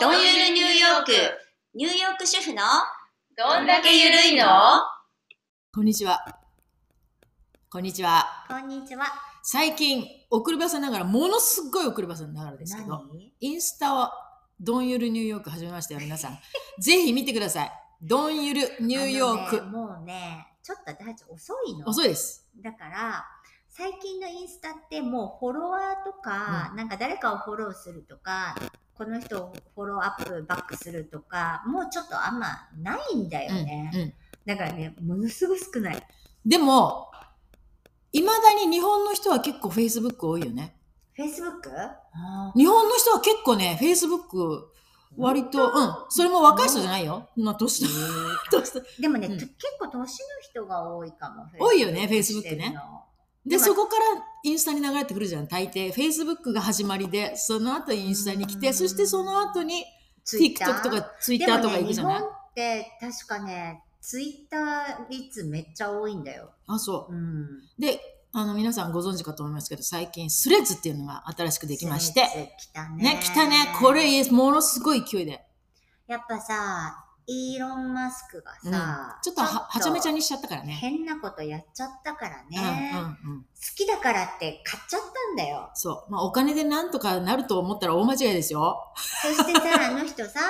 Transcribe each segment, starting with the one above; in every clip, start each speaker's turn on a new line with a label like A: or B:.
A: どんゆるニューヨーク、ニューヨーク主婦の
B: ど
A: んだけゆるいの
C: こんにちは。こんにちは。
A: こんにちは。
C: 最近、送りバスながら、ものすっごい送りバスながらですけど、インスタをどんゆるニューヨーク始めましたよ、皆 さん。ぜひ見てください。どんゆるニューヨーク。
A: あのねもうね、ちょっと私たち遅いの。
C: 遅いです。
A: だから、最近のインスタってもうフォロワーとか、なんか誰かをフォローするとか、この人をフォローアップバックするとか、もうちょっとあんまないんだよ
C: うん
A: ね。
C: うん
A: だからね、ものすごい少ない。
C: でも、いまだに日本の人は結構 Facebook 多いよね。
A: Facebook?
C: 日本の人は結構ね、Facebook 割と、うん、それも若い人じゃないよ。まあ、年だ。年だ
A: でもね、
C: うん
A: と結構年の人が多いかも。
C: 多いよね
A: Facebook して
C: Facebook ね
A: るの。
C: で、
A: でも
C: そこからインスタに流れてくるじゃん、大抵。Facebook が始まりで、その後インスタに来
A: う
C: て、
A: ん
C: そしてその後に
A: Twitter
C: TikTok とか
A: で
C: Twitter
A: も
C: とか
A: ね、
C: 行く
A: 日
C: じゃな
A: 本
C: い、
A: って確かね、ツイッター率めっちゃ多いんだよ。
C: あ、そうう。
A: ん。
C: で、あの、皆さんご存知かと思いますけど、最近スレッズっていうのが新しくできまして、
A: 季節来たね。
C: ね、来たね。これ、。ものすごい勢いで。
A: やっぱさ、イーロン・マスクがさ、
C: ちょっとははちゃめちゃにしちゃったからね。
A: 変なことやっちゃったから
C: うん
A: ね。好
C: うんうん。
A: きだからって買っちゃったんだよ。
C: そう。まあ、お金でなんとかなると思ったら大間違いですよ。
A: そしてさ、あの人さ、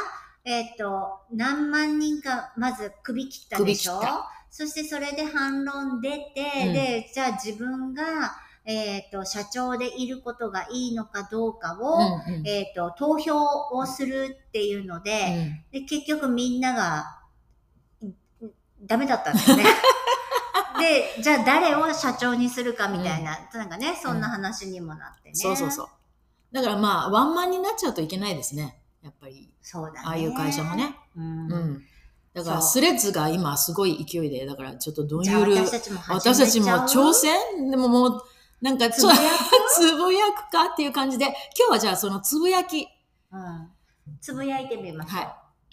A: えっ、と、何万人か、まず首切ったでしょ
C: 首切っ
A: そしてそれで反論出て、
C: うん
A: で、じゃあ自分が、えっ、と、社長でいることがいいのかどうかを、
C: うんうん
A: えっ、と、投票をするっていうので、で、結局みんなが、んんダメだったんだ よね。で、じゃあ誰を社長にするかみたいな、なんかね、そんな話にもなってね。
C: そうそうそう。だからまあ、ワンマンになっちゃうといけないですね。やっぱり、
A: そうだね。
C: ああいう会社も。ね。う
A: うん
C: ん。だから、
A: そ
C: スレッズが今すごい勢いで、だからちょっとどう
A: じゃあ
C: いう
A: 私たちも始め
C: 私たちも
A: ちゃう
C: 挑戦でももう、なんか
A: つ
C: ちょ
A: ぶ
C: っ
A: や
C: とつぶやくかっていう感じで、今日はじゃあそのつぶやき。
A: く、うん、つぶやいてみましょう、
C: はい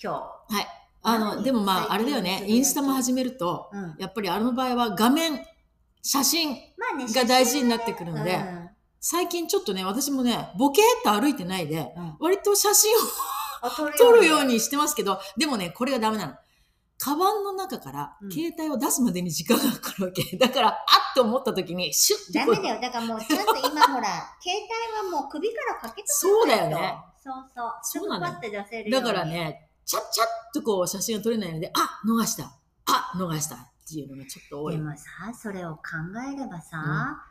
A: 今
C: はい。あ
A: はい
C: の、でもまあ、あれだよ
A: 最近の
C: ね。
A: つぶやき
C: インスタも始めると、
A: 日、うん、ま
C: やっぱりあの場合は画面、写真
A: あね
C: が大事になってくるので、
A: うん
C: 最近ちょっとね、私もね、ボケーっと歩いてないで、
A: うん
C: 割と写真を
A: あ撮る
C: 撮るよう
A: に
C: にしてますけど、でもね、これがダメなの。カバンの中から
A: うん
C: 携帯を出すまでに時間がかかるわけ。 だから、あっと思った時に、シュッて
A: ダ
C: こ
A: メ
C: う
A: だよだからもうち ゃんと今ほら携帯はもう首からかけとかないと
C: そうだよね
A: そうそう
C: そうなの
A: すぐパッて出せるよう
C: だ
A: に
C: からね、ちゃっちゃっとこう写真が撮れないので、あ逃した、あ逃したっていうのがちょっと多い。
A: で
C: うん
A: もさそれを考えればさ、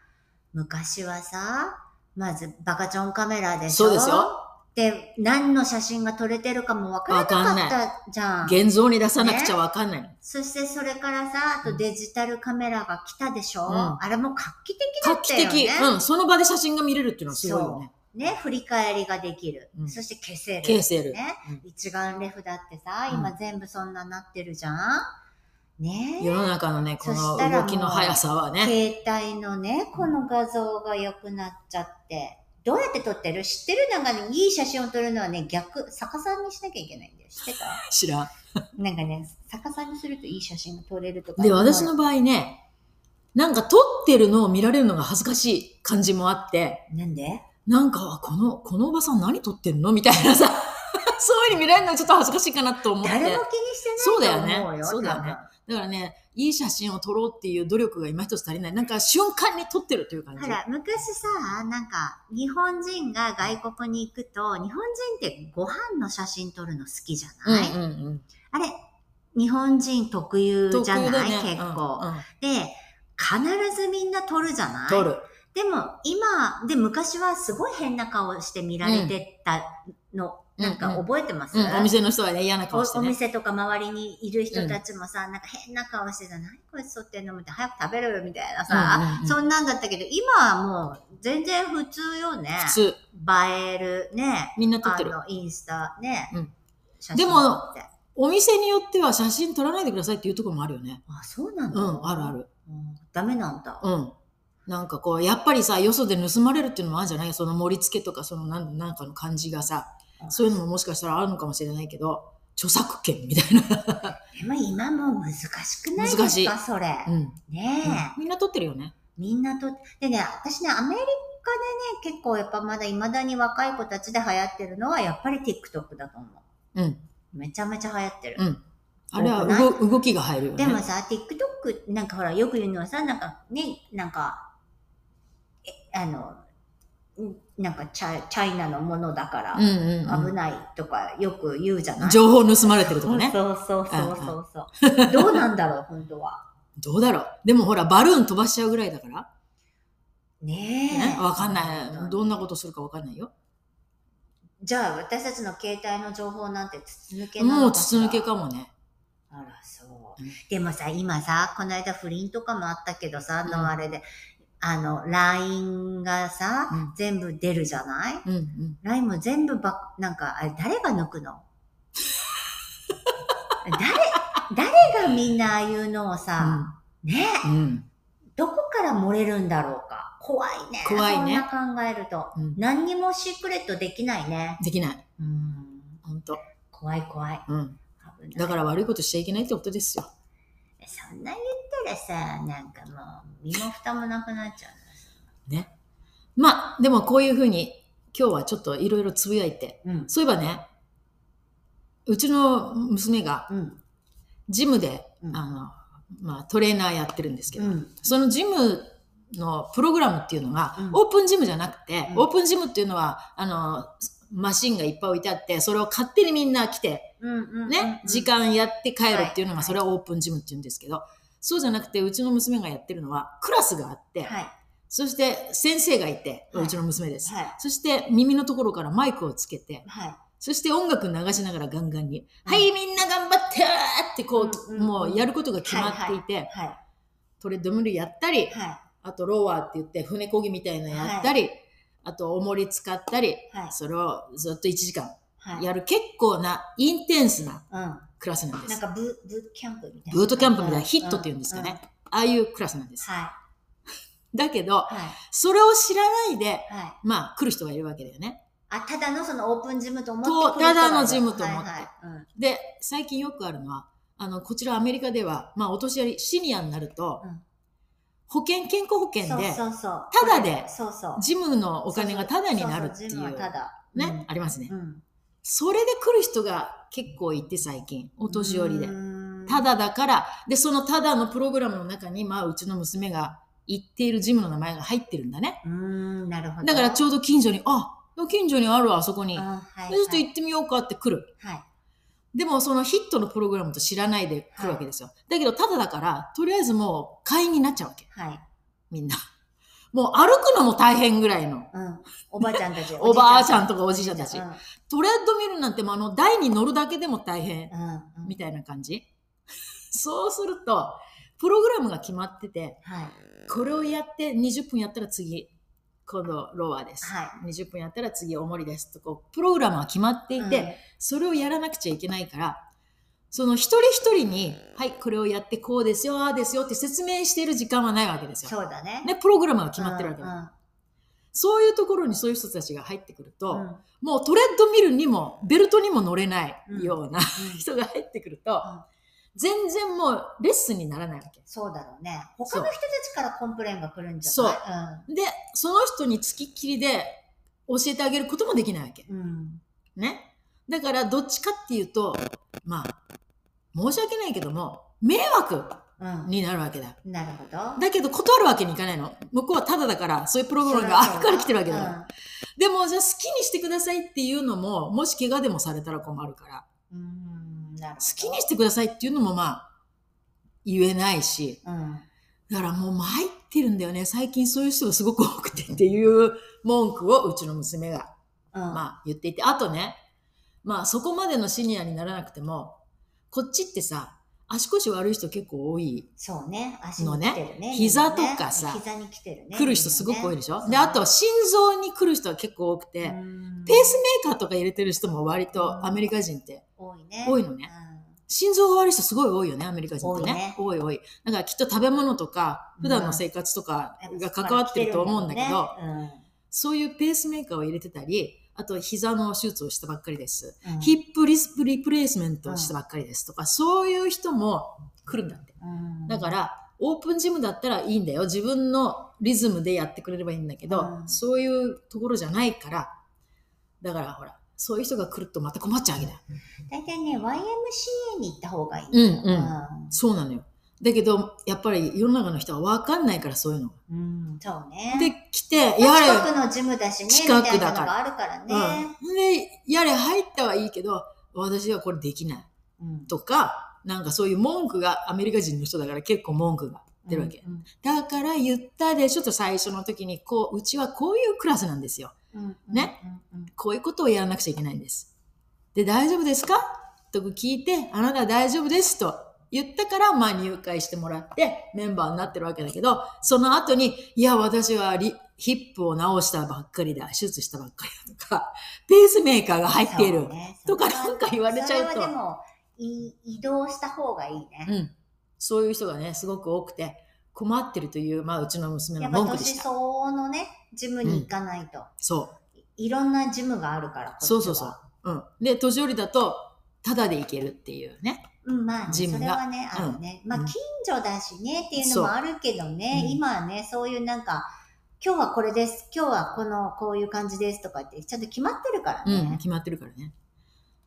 A: 昔はさまずバカチョンカメラでし
C: そ
A: ょ
C: うですよ。
A: で何の写真が撮れてるかも分からなかったじゃん
C: 現像に出さなくちゃわかんない。
A: そしてそれからさ、あとデジタルカメラが来たでしょ、
C: うん
A: あれも画期的だ
C: 画
A: った
C: 期
A: よね。
C: 的、うん。その場で写真が見れるっていうのはすごいよね。
A: ね、振り返りができる。
C: うん
A: そして消せる。
C: ケーセル。
A: ね、
C: うん
A: 一眼レフだってさ、
C: うん
A: 今全部そんななってるじゃんね
C: 世の中のね、こ
A: そ
C: の
A: したらもう
C: 動きの速さはね。
A: 携帯のね、この画像が良くなっちゃって。どうやって撮ってる知ってるなんかね、いい写真を撮るのはね、逆、逆さにしなきゃいけないんだよ。知ってた
C: 知らん。
A: なんかね、逆さにするといい写真が撮れるとか。
C: で、私の場合ね、なんか撮ってるのを見られるのが恥ずかしい感じもあって、
A: なんで
C: なんか、あこの、このおばさん何撮ってんのみたいなさ、 そういうふうに見られるのはちょっと恥ずかしいかなと思って。
A: 誰も気にしてないと思うよ。
C: そうだよねそうだよねだからね、いい写真を撮ろうっていう努力が今一つ足りない。なんか瞬間に撮ってるという感
A: ほ
C: じ。
A: ら、昔さ、なんか、日本人が外国に行くと、日本人ってご飯の写真撮るの好きじゃ
C: うん
A: ない、
C: うんうん。
A: あれ、日本人特有じゃ
C: 特有
A: な
C: だ
A: い、
C: ね
A: 結
C: う
A: 構、
C: んうん
A: で、必ずみんな撮るじゃない
C: 撮る。
A: でも、今、で、昔はすごい変な顔して見られてたの、
C: うん
A: なんか覚えてます、
C: うん、お店の人はね、嫌な顔して
A: おお
C: ね。
A: 店とか周りにいる人たちもさ、なんか変な顔してた何こいつ撮ってんのみたいな早く食べろよみたいな
C: うんうん
A: さ、
C: うん
A: そんなんだったけど今はもう全然普通よね
C: 普通。
A: 映えるね
C: みんな撮っ
A: あ
C: てる。
A: のインスタね、
C: うん
A: 写真撮って
C: お店によっては写真撮らないでくださいっていうところもあるよね。
A: あそうな
C: う
A: の、
C: ん、あるある。
A: うんダメなんだ、
C: うん。なんかこう、やっぱりさ、よそで盗まれるっていうのもあるんじゃないその盛り付けとか、そのなんなんかの感じがさ。そういうのももしかしたらあるのかもしれないけど、著作権みた いな。
A: でも今も難しくないですか
C: 難しい
A: それ。
C: うん。
A: ねえ、
C: みんな撮ってるよね。
A: みんなと、でね、私ね、アメリカでね、結構やっぱまだ未だに若い子たちで流行ってるのは、やっぱり TikTok だと思
C: うん。
A: う。めちゃめちゃ流行ってる。
C: うんあれは動動きが入るよね。
A: でもさ、TikTok なんかほら、よく言うのはさ、なんかね、なんか、えあの、んなんかチャチャイナのものだか
C: うん
A: ら
C: うん、
A: 危
C: う
A: ないとかよく言うじゃない、
C: ん。情報盗まれてるとかね。
A: そうそうそうそうそう。どうなんだろう、本当は。
C: どうだろう。でもほら、バルーン飛ばしちゃうぐらいだから。
A: ね
C: ね
A: え。
C: わかんない。どんなこととするかわかんないよ。
A: じゃあ、私たちの携帯の情報なんて筒抜けなの
C: もう
A: し
C: 筒
A: ら
C: 抜けかもね。
A: あら、そう
C: うん。
A: でもさ、今さ、この間不倫とかもあったけどさ、あ
C: うん
A: のあれで、あの、LINE がさ、
C: うん
A: 全部出るじゃない
C: うんうん。
A: ?LINE も全部ば、なんか、あれ、誰が抜くの 誰、誰がみんなああいうのをさ、ねえ、
C: うんうん。
A: どこから漏れるんだろうか。怖いね。
C: 怖いね
A: そんな考えると。
C: うん
A: 何にもシークレットできないね。
C: できない。
A: うん。
C: ほんと。
A: 怖い怖い。
C: うん。
A: 危ない。
C: だから悪いことしちゃいけないってことですよ。
A: そんな言ったらさ、なんかもう、身も蓋もなくなっちゃ
C: まあ、でもこういうふうに、今日はちょっといろいろつぶやいて。
A: う。うん。
C: そういえばね、うちの娘が
A: うん。
C: ジムで、
A: うん
C: あの、まあ、トレーナーやってるんですけど、
A: うん。
C: そのジムのプログラムっていうのが、
A: うん
C: オープンジムじゃなくて、
A: うん
C: オープンジムっていうのは、あの、マシンがいっぱい置いてあって、それを勝手にみんな来て、
A: うん。うん。
C: ね、時。間やって帰るっていうのが、それはオープンジムっていうんですけど、そうじゃなくて、うちの娘がやってるのは、クラスがあって、
A: はい。
C: そして先生がいて、
A: はいう
C: ちの娘です。
A: は
C: そして耳のところからマイクをつけて
A: い。、はい。
C: そして音楽流しながらガンガンに、
A: うん
C: はい、みんな頑張ってーってこう、
A: うんうんうん
C: もうやることが決まっていて、
A: は
C: トレッドミルやったり
A: い。、は
C: あとローワーって言って船こぎみたいなのやったり、あと重り使ったり、
A: い。はい。
C: それをずっと1時間
A: はい。
C: やる結構なインテンスな
A: うん。
C: クラスなんで
A: なん
C: す。
A: かブ、ブートキャンプみたいな。
C: ブートキャンプみたいなヒットって言うんですかね。ああいうクラスなんで
A: うん。
C: す。
A: はい。
C: だけど、
A: はい。
C: それを知らないで、
A: はい。
C: まあ来る人がいるわけだよね。
A: あ、ただのそのオープンジムと思って
C: と
A: 来る人がいる。
C: ただのジムと思って
A: はいはいうん
C: で、最近よくあるのは、あの、こちらアメリカでは、まあ、お年寄り、シニアになると、
A: うん
C: 保険、健康保険で、
A: そうそうそう
C: タダで
A: そうそう
C: ジムのお金がタダになるってい
A: そうそジムはタダ
C: ね、ありますね、
A: うんうん
C: それで来る人が結構いて、最近、お年寄りで
A: う。ーん
C: タダだから、で、そのタダのプログラムの中に、まあ、うちの娘が行っているジムの名前が入ってるんだね。
A: うーんなるほど
C: だからち
A: ょっ
C: ょうど近所に、あ、近所にあるわ、あそこに。
A: と
C: で
A: はいはい
C: ちょっと行ってみようかって来る。
A: はい
C: でもそのヒットのプログラムと知らないで来るわけですよ。だけど、ただだから、とりあえずもう会員になっちゃうわけ。
A: はい
C: みんな。もう歩くのも大変ぐらいの。
A: うんおばあちゃんたち
C: おばあちゃんとかおじいちゃんたち
A: うん。
C: トレッドミルなんて、まあ、あの、台に乗るだけでも大変。
A: うん
C: みたいな感じ。 そうすると、プログラムが決まってて、
A: はい
C: これをやって20分やったら次、今度ロアです。
A: は
C: 20分やったら次重りですとこうプログラムは決まっていて、それをやらなくちゃいけないから、その一人一人に、はい、これをやってこうですよ、ああですよって説明している時間はないわけですよ。
A: そうだね
C: ね、プログラムが決まってるわけ、
A: うん
C: そういうところにそういう人たちが入ってくると、
A: うんうん
C: もうトレッドミルにも、ベルトにも乗れないような人が入ってくると、
A: うん
C: 全然もうレッスンにならないわけ。
A: そうだろうね他の人たちからコンプレインが来るんじゃ
C: そう
A: ない
C: で、その人につきっきりで教えてあげることもできないわけ。
A: うんうん
C: ね。だから、どっちかっていうと、まあ、申し訳ないけども、迷惑
A: うん
C: になるわけだ。
A: なるほど
C: だけど断るわけにいかないの。向こうはタダだから、そういうプログラムがあるから来てるわけだから。でも、じゃあ好きにしてくださいっていうのも、もし怪我でもされたら困るから、
A: うんうんなるほど
C: 好きにしてくださいっていうのもまあ、言えないし。
A: うん
C: だからもう参ってるんだよね。最近そういう人がすごく多くてっていう文句をうちの娘が、
A: うん
C: まあ言っていて。あとね、まあそこまでのシニアにならなくても、こっちってさ、足腰悪い人結構多い
A: そうね、足に来てるね。
C: 膝とかさ
A: 膝に来てるね。
C: 来る人すごく多いでしょ、
A: そう
C: で、あと、心臓に来る人は結構多くて、
A: ペ
C: ペー
A: ー
C: スメーカーとか入れてる人も割とアメリカ人って
A: 多いね。
C: 多いのね。心臓が悪い人すごい多いよね、アメリカ人ってね。多い多い。だからきっと食べ物とか、普段の生活とか
A: うん
C: が関わってると思うんだけど、
A: やぱそこから来てるんだろうね
C: そういうペースメーカーを入れてたり、あと膝の手術をしたばっかりです。
A: うん
C: ヒップリスプリプレイスメントをしたばっかりですとか、そういう人も来るんだって。
A: うん
C: だから、オープンジムだったらいいんだよ。自分のリズムでやってくれればいいんだけど、
A: うん
C: そういうところじゃないから、だからほら、そういう人が来るとまた困っちゃうわけだよ。
A: 大体ね、YMCA に行った方がいい。
C: うん
A: う
C: うん。そうなのよ。だけど、やっぱり世の中の人は分かんないからそういうの。
A: ん。うんそうね。
C: で、来て、やれ、
A: まあ近くのジムだしね、
C: 近
A: み
C: く
A: たいな
C: だ
A: の
C: から
A: があるからね。
C: うん。で、やれ、入ったはいいけど、私はこれできない。
A: うん
C: とか、なんかそういう文句が、アメリカ人の人だから結構文句が出るわけ。
A: うん
C: だから言ったで、ちょっと最初の時に、こう、うちはこういうクラスなんですよ。
A: うんうん
C: ね
A: うんうん
C: こういうことをやらなくちゃいけないんです。で、大丈夫ですかと聞いて、あなた大丈夫ですと言ったから、まあ入会してもらってメンバーになってるわけだけど、その後に、いや、私はリヒップを治したばっかりだ、手術したばっかりだとか、 ペースメーカーが入ってい
A: そう
C: る。
A: ね
C: とかなんか言われちゃうと
A: それはでも、い移動した方がいいね。
C: うん。そういう人がね、すごく多くて、困ってるという、まあうちの娘
A: や
C: の
A: っぱ
C: 文句でし
A: 年
C: た。
A: 相応のね、ジムに行かないと。
C: そう。
A: いろんなジムがあるから、こっちは
C: そうそうそう。。うん。で、年寄りだと、タダで行けるっていうね。
A: うん、まあ、ね、
C: ジムが
A: それはね、あるね。まあ、
C: うん
A: 近所だしねっていうのもあるけどね、
C: そう
A: 今はね、そういうなんか、今日はこれです、今日はこの、こういう感じですとかって、ちゃんと決まってるから
C: うん、
A: ね。
C: 決まってるからね。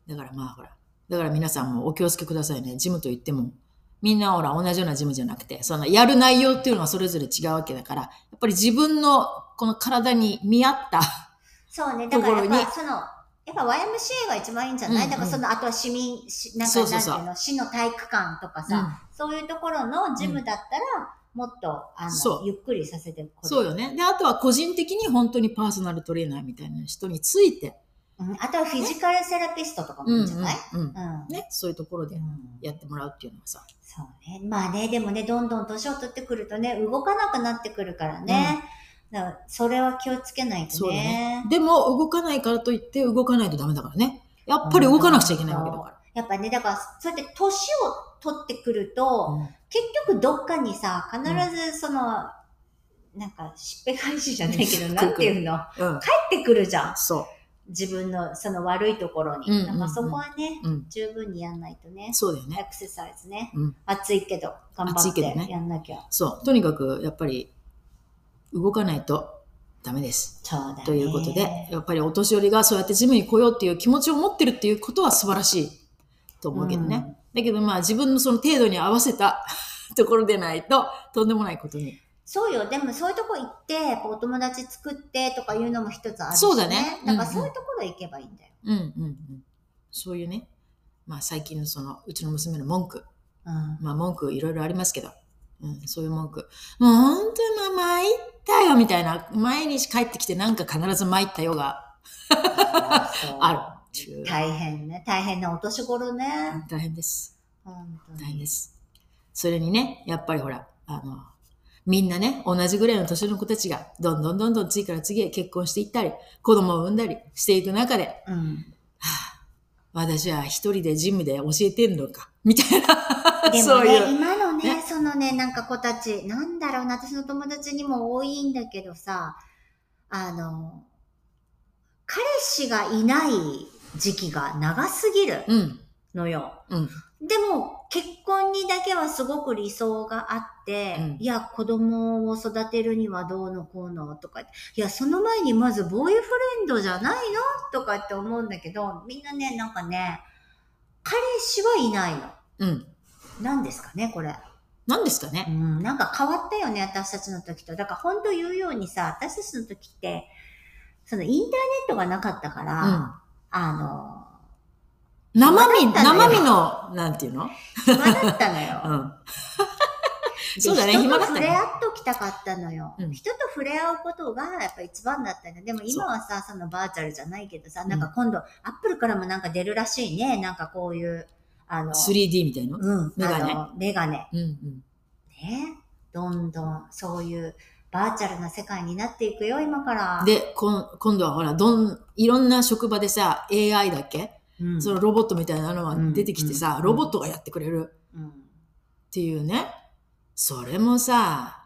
C: だからまあほら。だから皆さんもお気をつけくださいね。ジムといっても、みんなほら同じようなジムじゃなくて、そのやる内容っていうのはそれぞれ違うわけだから、やっぱり自分のこの体に見合った、
A: そうね、だからや
C: ところ
A: っ
C: に
A: ぱ、その、やっぱ YMCA が一番いいんじゃない、
C: うん
A: だからその、あとは市民、しなんか
C: そう
A: なんて
C: そうそう
A: いうの、市の体育館とかさ、そういうところのジムだったら、もっと、あ
C: そう
A: の、ゆっくりさせて
C: そう
A: よ。
C: よね。で、あとは個人的に本当にパーソナルトレーナーみたいな人について、
A: うんあとはフィジカルセラピストとかもいいんじゃない、
C: うんうんうん
A: うん
C: ね、そういうところで
A: うん
C: やってもらうっていうのはさ、
A: そうね。まあね、でもね、どんどん年を取ってくるとね、動かなくなってくるからね。だからそれは気をつけない
C: そ
A: と
C: うだ
A: ね。
C: でも動かないからといって動かないとダメだからね。やっぱり動かなくちゃいけないわけだか
A: やっぱね、だから、そうやって年を取ってくる
C: ら。
A: と、
C: うん
A: 結局どっかにさ、必ずその、なんか、しっぺ返しじゃないけど、なんていうの、帰
C: うん。
A: ってくるじゃん。
C: そ
A: 自分のその悪いところ
C: う
A: に。
C: んうんうん
A: だからそこはね、
C: う。うん。
A: 十分にやんないとね。
C: そうだよね。
A: エクササイズね。
C: うん
A: 暑いけど、頑張
C: 暑い
A: って
C: けどね
A: やんなきゃ。
C: そう。とにかく、やっぱり、動かないとダメです。
A: そうだね。
C: ということで、やっぱりお年寄りがそうやってジムに来ようっていう気持ちを持ってるっていうことは素晴らしいと思うけどね。
A: うん
C: だけどまあ自分のその程度に合わせた ところでないと、とんでもないことに。
A: そうよ。でもそういうとこ行って、やっぱお友達作ってとかいうのも一つあるし、ね。
C: そうだね
A: だから
C: うんうん
A: そういうところ行けばいいんだよ。
C: うんうんうん。そういうね、まあ最近のその、うちの娘の文句。
A: うん。
C: まあ文句いろいろありますけど、うん、そういう文句。もう本当にまあ参ったよみたいな、毎日帰ってきてなんか必ず参ったよが あるっていう
A: る。大変ね。大変なお年頃ね。
C: 大変です。
A: 本当に
C: 大変です。それにね、やっぱりほら、あの、みんなね、同じぐらいの年の子たちが、どんどんどんどん次から次へ結婚していったり、子供を産んだりしていく中で、
A: うん。
C: 私は一人でジムで教えてんのか、みたいな、
A: でも
C: そう
A: ね、
C: いう。
A: 今のね
C: ね
A: そのね、なんか子たち、なんだろうな、私の友達にも多いんだけどさ、あの、彼氏がいない時期が長すぎる
C: うん、
A: のよ。
C: うん、
A: でも、結婚にだけはすごく理想があって、
C: うん
A: いや、子供を育てるにはどうのこうのとか、いや、その前にまずボーイフレンドじゃないのとかって思うんだけど、みんなね、なんかね、彼氏はいないの。
C: うん。
A: なんですかね、これ。
C: 何ですか
A: う
C: ね
A: ん、なんか変わったよね、私たちの時と。だから本当言うようにさ、私たちの時って、そのインターネットがなかったから、
C: うん。
A: あの、
C: 生身、
A: わかったの
C: 生
A: よ
C: 身の、なんていうの
A: 暇だった のよ。
C: うん。そうだね、
A: で
C: 暇だっ
A: 人
C: た
A: と触れ
C: ね。
A: 合っときたかったのよ。
C: うん
A: 人と触れ合うことがやっぱ一番だったね。でも今はさ、そのバーチャルじゃないけどさ、なんか今度、アップルからもなんか出るらしいね。なんかこういう、あの、
C: 3D みたいな。うん、
A: うん、
C: メガネ
A: あの、メガネ。
C: うん。
A: ね。どんどん、そういうバーチャルな世界になっていくよ、今から。
C: で、こん今度はほら、どん、いろんな職場でさ、AI だっけ、
A: うん、
C: そのロボットみたいなのが出てきてさ、
A: うん
C: ロボットがやってくれる
A: うん
C: っていうね。それもさ、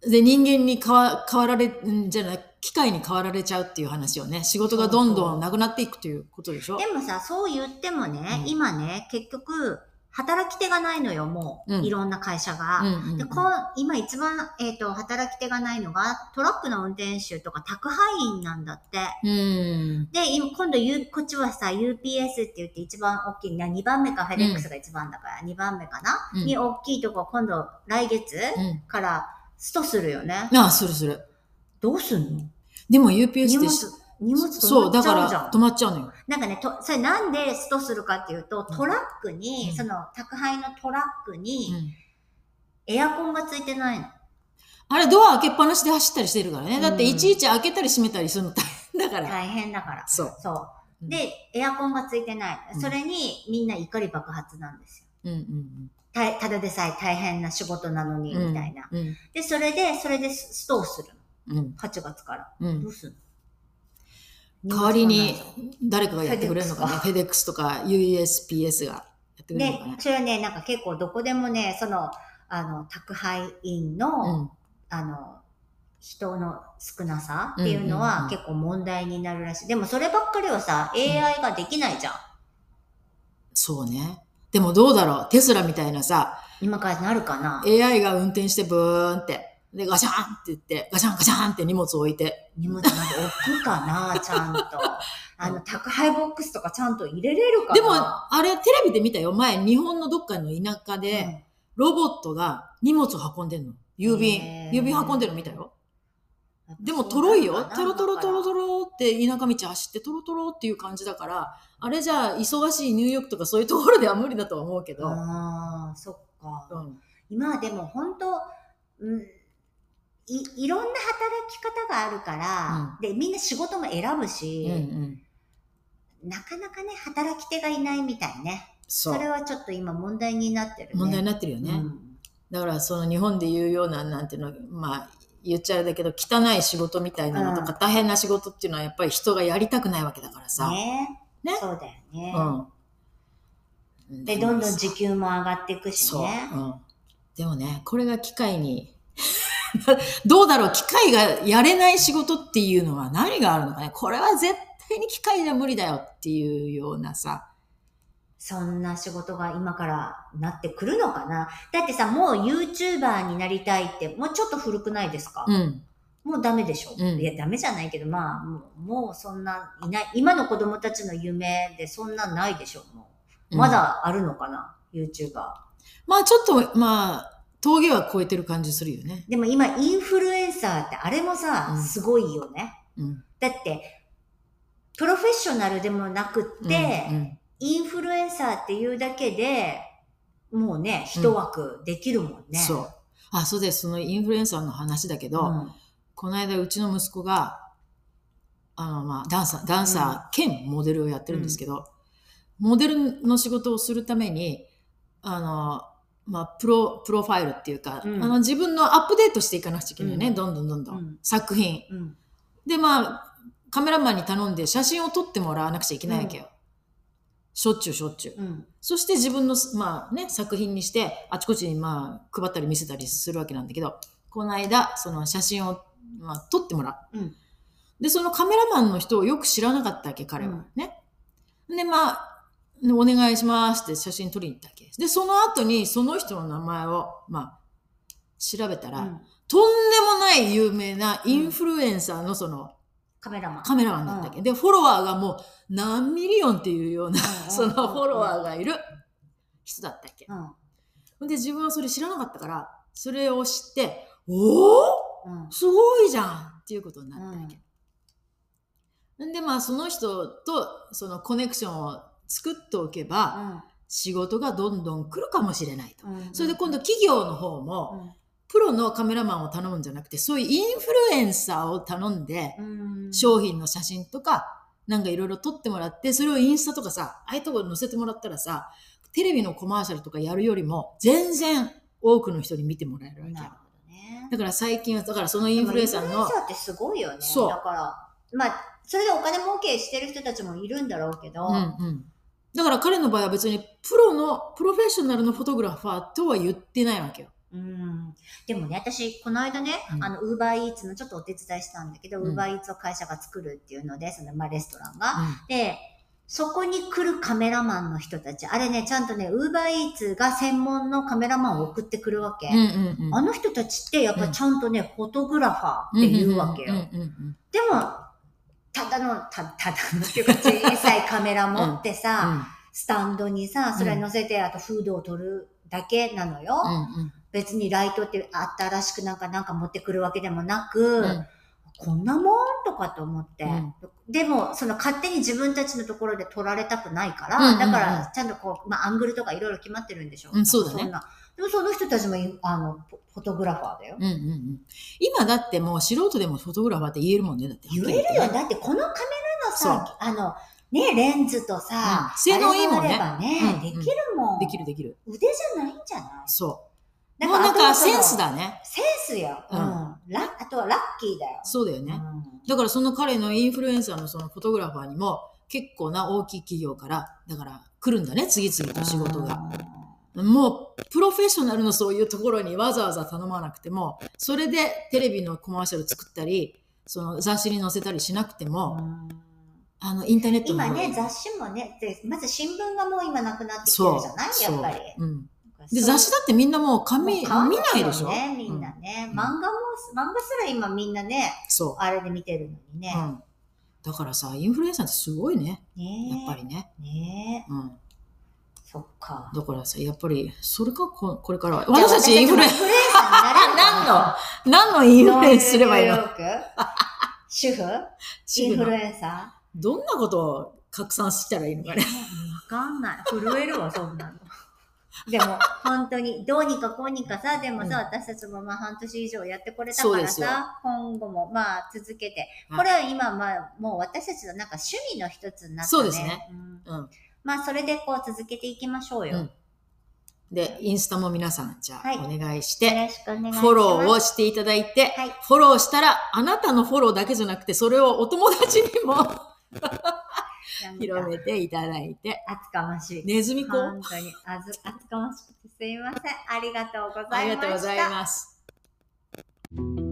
C: で、人間に変わ、変わられ、んじゃない、機械に変わられちゃうっていう話をね、仕事がどんどんなくなっていくということでしょ
A: でもさ、そう言ってもね、
C: うん
A: 今ね、結局、働き手がないのよ、もう。
C: うん
A: いろんな会社が。
C: うんうんうん
A: でこん今一番、えっと働き手がないのがトラックの運転手とか宅配員なんだって。
C: うん。
A: で、今今度、U、こっちはさ、UPS って言って一番大きいな、2番目かフェデックスが一番だから、2番目かな、
C: うん
A: に大きいとこ今度、来月
C: うん。
A: からストするよね。
C: ああ、するする。
A: どうすんの
C: でも UPS
A: 荷
C: で
A: 物
C: し、
A: 荷物
C: そ
A: 止
C: う、
A: ま
C: だ
A: っち
C: か
A: ゃう
C: ら
A: じゃん
C: 止。まっちゃうのよ。
A: なんかね、と、それなんでストするかっていうと、
C: うん
A: トラックに、
C: うん
A: その宅配のトラック
C: う
A: に
C: ん
A: エアコンがついてないの。
C: あれ、ドア開けっぱなしで走ったりしてるからね。だって、
A: うん
C: いちいち開けたり閉めたりするの大変だから。
A: 大変だから。
C: そう。
A: そう。
C: うん
A: で、エアコンがついてない。
C: うん
A: それにみんな怒り爆発なんですよ。
C: うんうん
A: たいただでさえ大変な仕事なのに、
C: うん。
A: みたいな。
C: うん。
A: で、それで、それでスストーするの。
C: うん。
A: 8月から。
C: うん
A: どうするの
C: 代わりに誰かがやってくれるのかね。フェデックスとか USPS がやってくれるのか
A: で
C: ね、。
A: それはね、なんか結構どこでもね、その、あの、宅配員の、
C: う
A: あの、人の少なさっていうの
C: うんうんうん
A: は結構問題になるらしい。でもそればっかりはさ、AI ができないじゃん。
C: ん。そうね。でもどうだろう。テスラみたいなさ、
A: 今からなるかな
C: AI が運転してブーンって、で、ガシャンって言って、ガシャンガシャンって荷物置いて、
A: 荷物まで置くか なちゃんと。あの、宅配ボックスとかちゃんと入れれるかな
C: でも、あれ、テレビで見たよ。前、日本のどっかの田舎で、
A: うん
C: ロボットが荷物を運んでんの。郵便
A: へ。ー
C: 郵便運んでるの見たよ。でも、とろいよ。トロトロトロトロって田舎道走って、トロトロっていう感じだから、あれじゃあ、忙しいニューヨークとかそういうところでは無理だとは思うけど。うん。
A: ああ、そっか。今はでも本当、うん、い、いろんな働き方があるから、で、みんな仕事も選ぶし、
C: うんうん。
A: なかなかね、働き手がいないみたいね。
C: そ
A: そうれ。はちょっと今問題になってるね。
C: 問題になってるよね。
A: うん
C: だからその日本で言うようななんていうのまあ言っちゃあれだけど汚い仕事みたいなのとか、
A: う
C: 大変な仕事っていうのはやっぱり人がやりたくないわけだからさ、
A: ね
C: ね
A: そうだよね。
C: うん、
A: で、どんどん時給も上がっていくし
C: そう、
A: ね
C: う。ん、でもねこれが機械に どうだろう機械がやれない仕事っていうのは何があるのかねこれは絶対に機械じゃ無理だよっていうようなさ
A: そんな仕事が今からなってくるのかな。だってさ、もう YouTuber になりたいって、もうちょっと古くないですか、
C: うん
A: もうダメでしょ、
C: うん
A: いや、ダメじゃないけど、まあ、もう、もうそんな、いない、今の子供たちの夢でそんなんないでしょもう。まだあるのかな、?YouTuber。
C: まあちょっとまあ峠は越えてる感じするよね
A: でも今、インフルエンサーってあれもさ、
C: うん
A: すごいよね。
C: うん
A: だって、プロフェッショナルでもなくって、
C: うんうん
A: インフルエンサーっていうだけで、もうね、一枠できるもんね。
C: そう。あ、そうです。そのインフルエンサーの話だけど、
A: うん
C: この間うちの息子が、あの、まあ、ダンサー、ダンサー兼モデルをやってるんですけど、モデルの仕事をするために、あの、まあ、プロ、プロファイルっていうか、
A: うん
C: あの、自分のアップデートしていかなくちゃいけないね。
A: うん
C: どんどんどんどん。
A: うん
C: 作品。
A: うん。
C: で、まあ、カメラマンに頼んで写真を撮ってもらわなくちゃいけないわけよ。しょっちゅうしょっちゅう。
A: うん。
C: そして自分の、まあね、作品にして、あちこちにまあ配ったり見せたりするわけなんだけど、この間、その写真を、まあ、撮ってもらう。
A: うん
C: で、そのカメラマンの人をよく知らなかったわけ、彼は。
A: うん
C: ね。で、まあ、ねお願いしますって写真撮りに行ったわけで、その後にその人の名前を、まあ、調べたら、
A: うん
C: とんでもない有名なインフルエンサーのその
A: カメラマン。
C: カメラマンだったわけ。で、フォロワーがもう何ミリオンっていうような、
A: うん
C: そのフォロワーがいる人だったっけ。
A: うん。
C: で、自分はそれ知らなかったから、それを知って、おお
A: うん。
C: すごいじゃんっていうことになったわけ。ん、で、まあ、その人とそのコネクションを作っておけば、仕事がどんどん来るかもしれないと。
A: うん。うん
C: それで今度企業の方
A: う
C: も、
A: ん
C: プロのカメラマンを頼むんじゃなくて、そういうインフルエンサーを頼んで、
A: うん。
C: 商品の写真とか、なんかいろいろ撮ってもらって、それをインスタとかさ、ああいうところに載せてもらったらさ、テレビのコマーシャルとかやるよりも、全然多くの人に見てもらえるわけ。
A: なる
C: だ
A: ほどね。
C: から最近は、だからそのインフルエンサー
A: でもイン
C: の
A: フルエンサーってすごいよね。
C: そう
A: だから、まあ、それでお金儲けしてる人たちもいるんだろうけど、
C: うんうん。だから彼の場合は別にプロの、プロフェッショナルのフォトグラファーとは言ってないわけよ。
A: うんでもね、私、この間ね、
C: うん
A: あの、ウーバーイーツのちょっとお手伝いしたんだけど、
C: う
A: ウ
C: ん
A: ーバーイーツを会社が作るっていうので、その、まあ、レストランが。で、そこに来るカメラマンの人たち、あれね、ちゃんとね、ウーバーイーツが専門のカメラマンを送ってくるわけ。
C: うんうんうん
A: あの人たちって、やっぱちゃんとね、フォトグラファーっていうわけよ。
C: うんうんうん
A: でも、ただの、た、ただのっていうか、小さいカメラ持ってさ、スタンドにさ、それ乗せて、あとフードを取るだけなのよ。別にライトってあったらしくなんかなんか持ってくるわけでもなく、
C: うんうんうんうん
A: こんなもんとかと思って、
C: うん
A: でもその勝手に自分たちのところで撮られたくないから、
C: うんうんうん
A: だからちゃんとこう、まあ、アングルとかいろいろ決まってるんでしょ
C: うんそうだね
A: んなでもその人たちもあのフォフォトグラファーだよ、
C: うんうんうん今だってもう素人でもフォトグラファーって言えるもんね。だって
A: 言えるよだってこのカメラのさあのねレンズとさ、
C: うん性能いいもんね
A: あれがあればね、
C: うんうん
A: できるもん
C: できるできる。
A: 腕じゃないんじゃない
C: そ
A: だ
C: う。
A: か
C: もうなん
A: らあ
C: か
A: とはその
C: センスだね。
A: センスよ、う
C: うん
A: んラあとはラッキーだよ
C: そうだよね。
A: うん
C: だからその彼のインフルエンサーのそのフォトグラファーにも結構な大きい企業から、だから来るんだね、次々と仕事が。もうプロフェッショナルのそういうところにわざわざ頼まなくても、それでテレビのコマーシャル作ったり、その雑誌に載せたりしなくて
A: う
C: も、
A: ん
C: あのインターネットの
A: 今
C: 方が
A: ね雑誌もねでまず新聞がもう今なくなってきて
C: そ
A: る
C: う
A: じゃない
C: そう
A: やっぱり
C: うん、
A: そう
C: で雑誌だってみんなもう紙
A: もう
C: 見
A: 買わ
C: ないでしょ、
A: よねみんなね、
C: うん
A: 漫画も漫画すら今みんなね
C: そ
A: あれで見てるのに
C: う、
A: ね、
C: うん、だからさインフルエンサーってすごいね
A: ね
C: やっぱりね、
A: ね
C: うん、
A: そっか
C: だからさやっぱりそれかここれからは私たちインフルエン
A: じゃあ
C: 何の何
A: 私
C: のイン
A: たちも
C: フ
A: インフルエンサーになれるかな
C: ルエンスすればいいの
A: ニューヨーク主婦
C: 主
A: イン
C: 婦
A: フル
C: の
A: エンサ
C: どんなことを拡散したらいいの
A: ー
C: か
A: わ
C: ね
A: かんない震える わそんなのでも本当にどうにかこうにかさでもさ、
C: うん
A: 私たちもまあ半年以上やってこれた
C: そう
A: か
C: で
A: ら
C: すよ
A: さ今後もまあ続けて
C: はい
A: これは今まあもう私たちのなんか趣味の一つになって、ね、
C: そうですね
A: ん
C: うん
A: まあそれでこう続けていきましょうよ、
C: うんでインスタも皆さんじゃあ
A: はい
C: お願いし
A: よ
C: て、
A: ろしくお願いします
C: フォローをしていただいて、
A: はい
C: フォローしたらあなたのフォローだけじゃなくてそれをお友達に も広
A: め
C: めていただいて
A: 厚かましい、
C: ネズミ子
A: 本当にあず厚かましくてすいませんありがとうござ
C: あ
A: い
C: り
A: ました
C: がとうございます。